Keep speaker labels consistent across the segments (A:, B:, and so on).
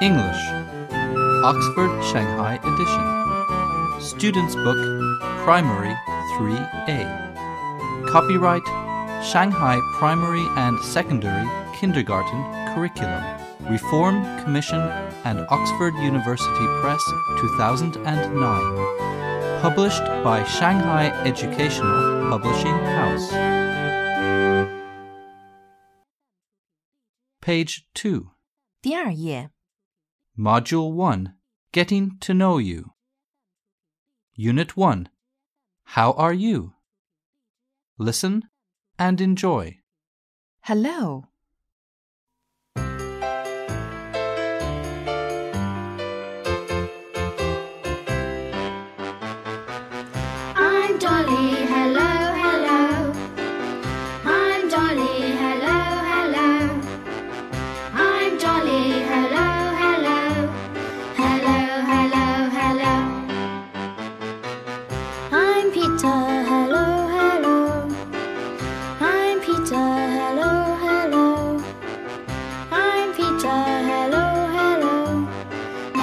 A: English, Oxford Shanghai Edition. Students' Book, Primary 3A. Copyright Shanghai Primary and Secondary Kindergarten Curriculum. Reform Commission and Oxford University Press 2009. Published by Shanghai Educational Publishing House. Page 2.
B: 第二页
A: Module 1 Getting to Know You. Unit 1 How Are You? Listen and enjoy.
B: ，Hello，
C: I'm Dolly, hello, hello. I'm Dolly, hello, hello. I'm Dolly, hello, hello. Hello, hello, hello. I'm Peter, hello, hello. I'm Peter, hello, hello.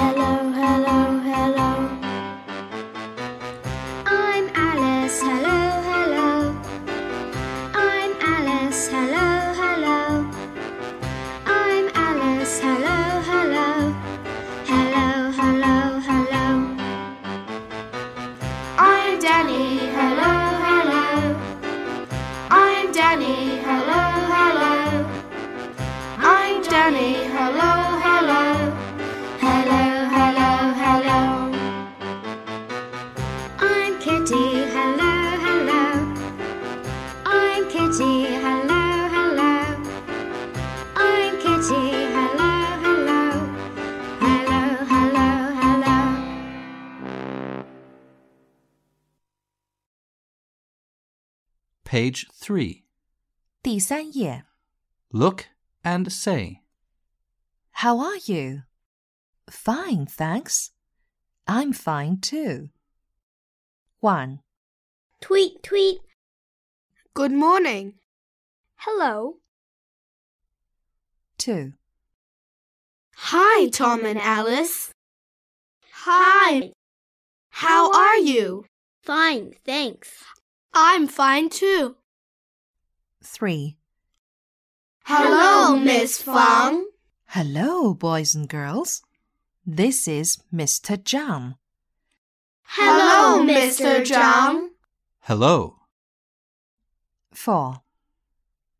C: I'm Peter, hello, hello. Hello, hello, hello. I'm Alice, hello, hello. I'm Alice, hello, hello. I'm Alice, hello, hello. Hello, hello, hello. I'm Danny, hello, hello. I'm Danny, hello, hello. I'm Danny, hello, hello. Hello, hello, hello. I'm Kitty, hello, hello. I'm Kitty, hello, hello. I'm Kitty, hello, hello. Hello, hello, hello.
A: Page 3
B: 第三页
A: Look and say.
B: ，How are you? Fine, thanks. I'm fine too. One,
D: Tweet, tweet. Good morning. Hello.
B: two,
D: Hi, Tom and Alice. Hi. How are you?
C: Fine, thanks.
D: I'm fine too.
B: three.
C: Hello, Miss Fang.
B: Hello, boys and girls. This is Mr. Zhang.
C: Hello, Mr. Zhang.
A: Hello.
B: Four,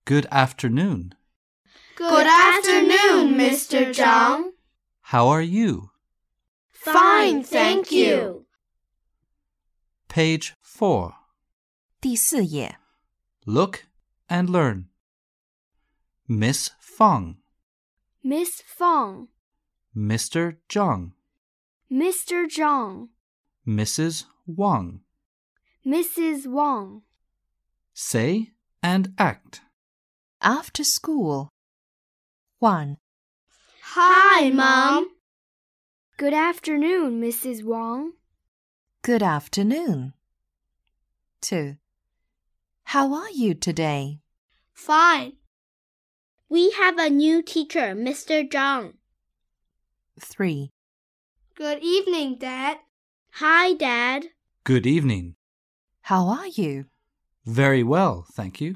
A: Good afternoon.
C: Good afternoon, Mr. Zhang.
A: How are you?
C: Fine, thank you.
A: Page 4.
B: 第四页
A: Look and learn. Miss Fang,
D: Miss Fong.
A: Mr. Zhang,
D: Mr. Zhang.
A: Mrs. Wang.
D: Mrs. Wong.
A: Say and act.
B: after school. One,
C: Hi, Mom.
D: Good afternoon, Mrs. Wong.
B: good afternoon. Two, how are you today?
D: Fine.
C: We have a new teacher, Mr. Zhang.
B: Three,
D: Good evening, Dad.
C: Hi, Dad.
A: Good evening.
B: how are you?
A: Very well, thank you.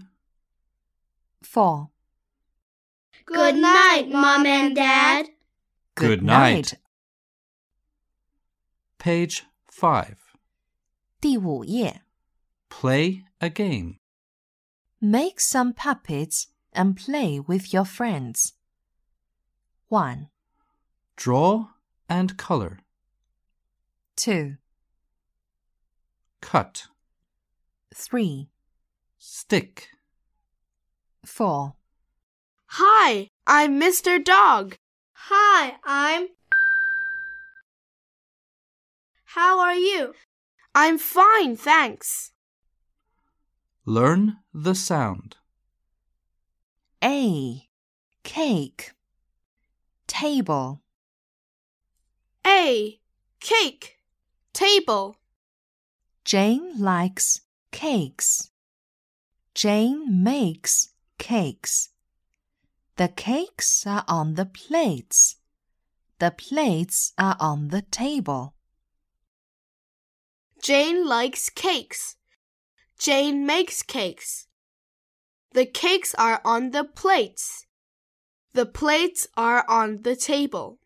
B: Four,
C: Good night, Mom and Dad.
A: Good night. Page 5.
B: 第五页
A: Play a game.
B: ，Make some puppets and play with your friends. One,
A: Draw and color.
B: two,
A: Cut.
B: three,
A: Stick.
B: four.
D: Hi, I'm Mr. Dog.
C: Hi, I'm.
D: How are you? I'm fine, thanks.
A: Learn the sound.
B: A, cake, table,
D: A. Cake. Table.
B: Jane likes cakes. Jane makes cakes. The cakes are on the plates. The plates are on the table.
D: Jane likes cakes. Jane makes cakes. The cakes are on the plates. The plates are on the table.